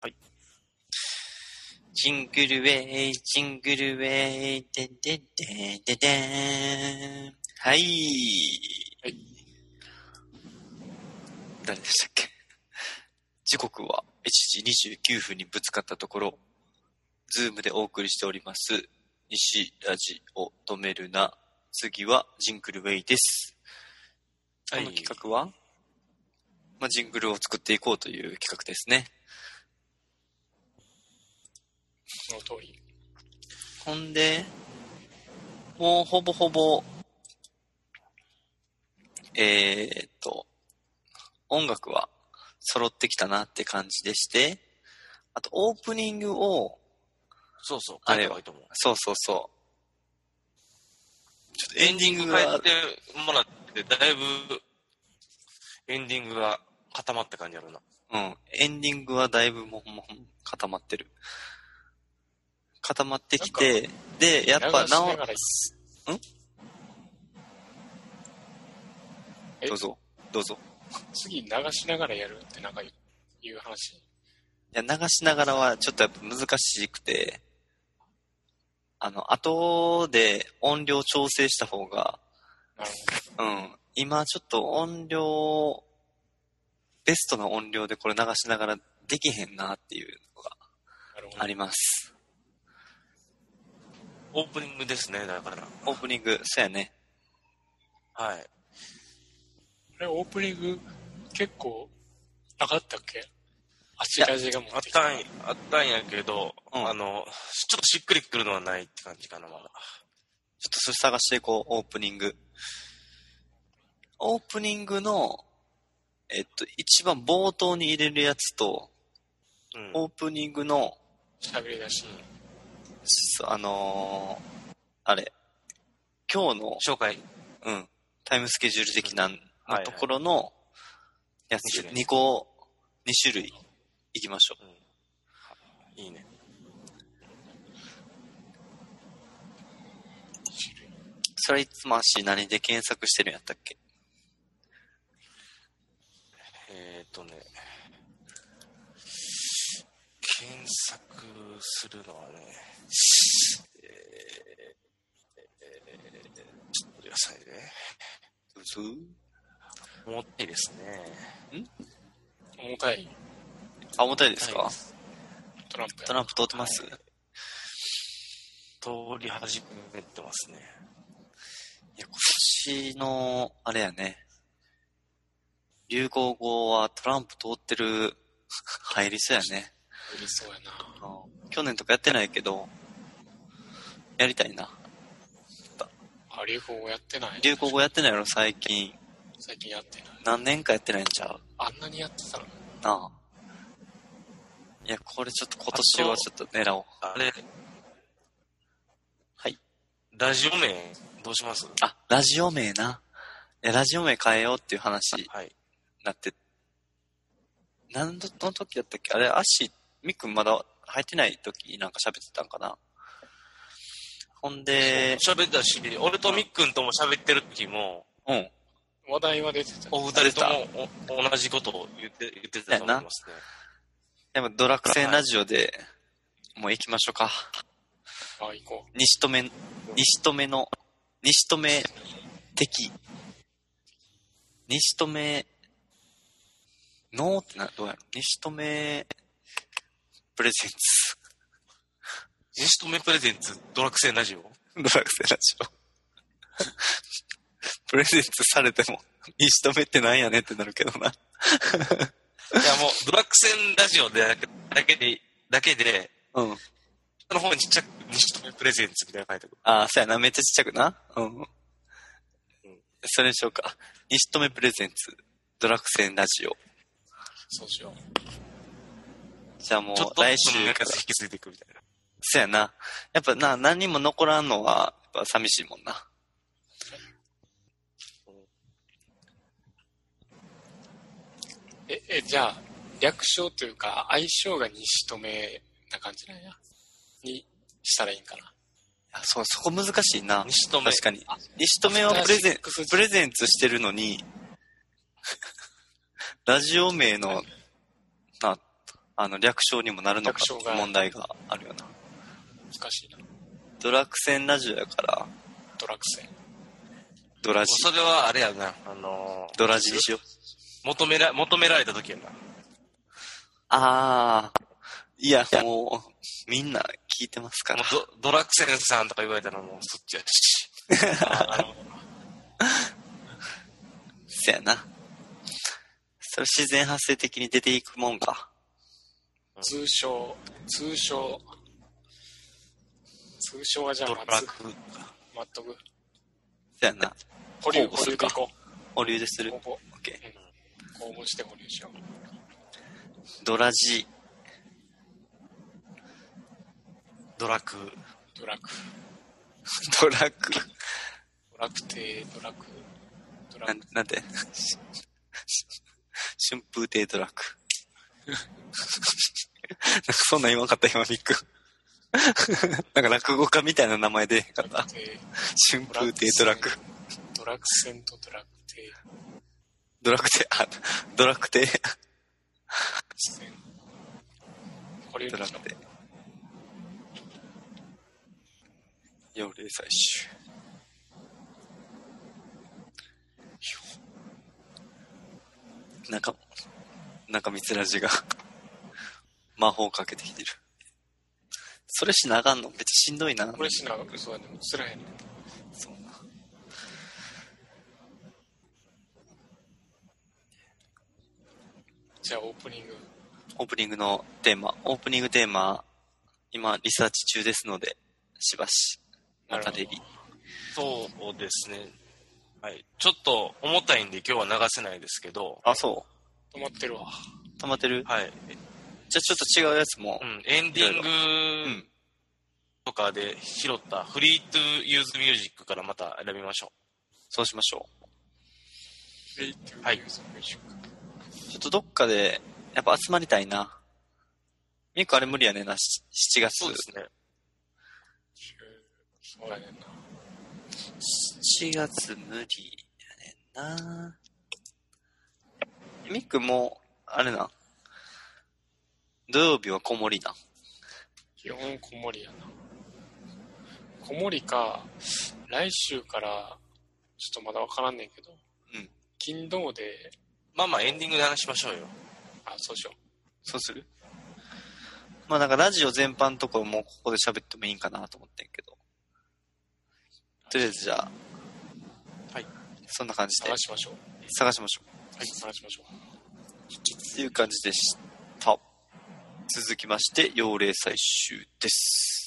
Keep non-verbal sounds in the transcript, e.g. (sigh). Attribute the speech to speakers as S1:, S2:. S1: はい。ジングルウェイ、ジングルウェイ、でんでんでんでんでん。はい。はい。誰でしたっけ時刻は1時29分にぶつかったところ、ズームでお送りしております。西ラジオ止めるな。次はジングルウェイです。
S2: はい
S1: この企画は、まあ、ジングルを作っていこうという企画ですね。
S2: その通り。
S1: ほんで、もうほぼほぼ、えーっと、音楽は揃ってきたなって感じでして、あとオープニングを、
S3: そうそう、
S1: あ
S3: 書い
S1: れよ
S3: た方がいいと思う。
S1: そうそうそう。ちょっとエンディング
S3: 変え
S1: が、
S3: てもらって、だいぶ、エンディングが固まった感じやろうな。
S1: うん、エンディングはだいぶもうもう固まってる。固まってきて、で、やっぱ
S2: 流しな
S1: なお
S2: が、らいいっすえ
S1: どうぞ、どうぞ。
S2: 次流しながらやるってなんか言う言う話。
S1: いや、流しながらはちょっとやっぱ難しくて、あの、後で音量調整した方が、
S2: なる
S1: うん、今ちょっと音量、ベストな音量でこれ流しながらできへんなっていうのが
S2: ほど。なるほ
S1: あ
S2: ど。
S1: ります。
S3: オープニングですね、だから。
S1: オープニング、そうやね。
S3: はい。
S2: これオープニング結構なかったっけあちらじが持
S3: あ
S2: っ
S3: って
S2: きた。
S3: たんや、あったんやけど、
S1: うん
S3: あの、ちょっとしっくりくるのはないって感じかな、まだ。
S1: ちょっとそれ探していこう、オープニング。オープニングの、えっと、一番冒頭に入れるやつと、
S3: うん。
S1: オープニングの
S2: 喋り出し。
S1: そうあのーあれ、今日の、
S3: 紹介。
S1: うん、タイムスケジュール的な
S3: はいはい
S1: ところのやつ、
S3: 二種類
S1: 2個、2種類いきましょ
S3: いいね。
S2: 種類
S1: う。それいつも足何で検索してるんやったっけ
S3: えっ、ー、とね。検索するのはね、えー、えーちょっとくださいね。
S1: うずー
S3: 重たいですね。
S2: 重たい
S1: あ、重たいですか、
S3: はい
S2: トランプ
S1: トランプ通ってます、、
S3: はい通り始めてますね。
S1: や、今年の、あれやね、流行語はトランプ通ってる (laughs) 入りそうやね。
S2: や。りそうやな。
S1: うん去年とかやってないけど、やりたいな。
S2: あ、流行語やってない。
S1: 流行語やってないやろ、最近。
S2: 最近やってない。
S1: 何年かやってないんちゃう
S2: あんなにやってたの
S1: なあ。いや、これちょっと今年はちょっと狙おう。
S3: あれ、
S1: はい。
S3: ラジオ名、どうします
S1: あ、ラジオ名な。いや、ラジオ名変えようっていう話に
S3: はい。
S1: なって。何の時だったっけあれ、アッシー、ミくんまだ入ってない時になんか喋ってたんかな。ほんで、
S3: 喋ったし、俺とみっくんとも喋ってる時も、
S1: うん。
S2: 話題は出てた。
S3: お二人ともお同じことを言って言ってたと思いますね。
S1: でもドラクセンラジオで、もう行きましょうか。
S2: あ、行こ
S1: 西止め、西止めの、西止め的。西止め、のーってな、どうやろ西止め、プレゼンツ。 (laughs)
S3: 西留プレゼンツ、ドラクセンラジオ。
S1: ドラクセラジオ。 (laughs) プレゼンツされても、西止めってなんやねんってなるけどな。
S3: いやもう、ドラクセンラジオでだけだけで、だけで、
S1: うん。
S3: 下の方にちっちゃく西留プレゼンツみたいなの書いて
S1: ああ、そうやな、めっちゃちっちゃくな。うん。それにしようか。西止めプレゼンツ、ドラクセンラジオ。
S2: う。そうしよう。
S1: じゃあも
S3: ある。ちょっ
S1: う、
S3: と
S1: 来
S3: その
S1: 週
S3: や
S1: から
S3: つ。引き継いでいくみたいな。
S1: そやな。やっぱな、何にも残らんのは、やっぱ寂しいもんな。
S2: え、え、じゃあ、略称というか、相性が西止めな感じなんや。にしたらいいんかな。
S1: あそう、そこ難しいな。
S3: 西留
S1: 確かに
S2: あ。
S1: 西留めはプレゼン
S2: アフターシックス、時
S1: プレゼンツしてるの (laughs) に、ラジオ名の、な、あの、略称にもなるのか
S2: 略称が
S1: 問題があるよな。
S2: 難しいな。
S1: ドラクセンラジオやから、
S2: ドラクセン。
S1: ドラジ、
S3: それはあれやな、あのー
S1: ドラジにしよう。
S3: 求めら、求められた時やな。
S1: ああ、いや、もう、みんな聞いてますか
S3: も
S1: ら
S3: う。ドドラクセンさんとか言われたらもうそっちやし。
S2: あの、
S1: そやな。それ自然発生的に出ていくもんか。
S2: 通称、通称、通称はじゃあ
S3: ド
S2: ま
S3: ラ
S2: ず、
S3: ク。
S2: 待っとく。
S1: そやな。
S2: 保留、
S1: こう
S2: 保留でいこ
S1: お流です
S2: う。
S1: る
S2: 応。募、
S1: オッケ
S2: 応募して保留しよう。
S1: ー。ドラジ、
S3: ドラク。
S2: ドラク、
S1: ドラク、
S2: ドラクテー、ドラク、ドラ
S1: な
S2: ク、
S1: なんて、春風亭ドラク。なんかそんなん言わんかった、今、ミック。なんか落語家みたいな名前で、かった。
S2: テ
S1: 春風亭ドラク。
S2: ー、ドラクセンとドラクテー、
S1: ドラクテ、あ、ドラクテ、
S2: セン。保留に
S1: ドラ
S2: し
S1: クテ。
S2: よ
S1: 幼霊採集。中、中光ラジが (laughs) 魔法をかけてきてる。それしなあかんのめっちゃしんどいな。
S2: う。これしな、嘘だね、映らへんね。
S1: そうな。
S2: じゃあオープニング、
S1: オープニングのテーマ、オープニングテーマ、今リサーチ中ですので、しばし、またでぎ。
S3: そうですね。はい。ちょっと重たいんで今日は流せないですけど、
S1: あ、そ
S2: 止まってるわ。
S1: う。止まってる
S3: はい。
S1: じゃあちょっと違うやつも
S3: う。ん、エンディング
S1: うん
S3: とかで拾ったフリートゥーユーズミュージックからまた選びましょ
S1: そうしましょう。
S3: はい
S1: ちょっとどっかで、やっぱ集まりたいな。ミクあれ無理やねんな、し7月。
S3: う。そうですね。
S2: そうやねんな。
S1: 7月無理やねんな。ミクも、あれな。土曜日は子守な。
S2: 基本こもりやな。こもりか、来週から、ちょっとまだわからんねんけど、
S1: うん。
S2: 金土で、
S3: まあまあエンディングで話しましょうよ。
S2: あ、そうしよ
S1: そうするまあなんかラジオ全般とかもここで喋ってもいいんかなと思ってんけど。とりあえずじゃあ、
S3: はい。
S1: そんな感じ
S2: う。
S1: で
S2: 探しましょう。
S1: 探しましょう。
S2: はい、探しましょう。
S1: という感じでした。続きまして、幼霊採集です。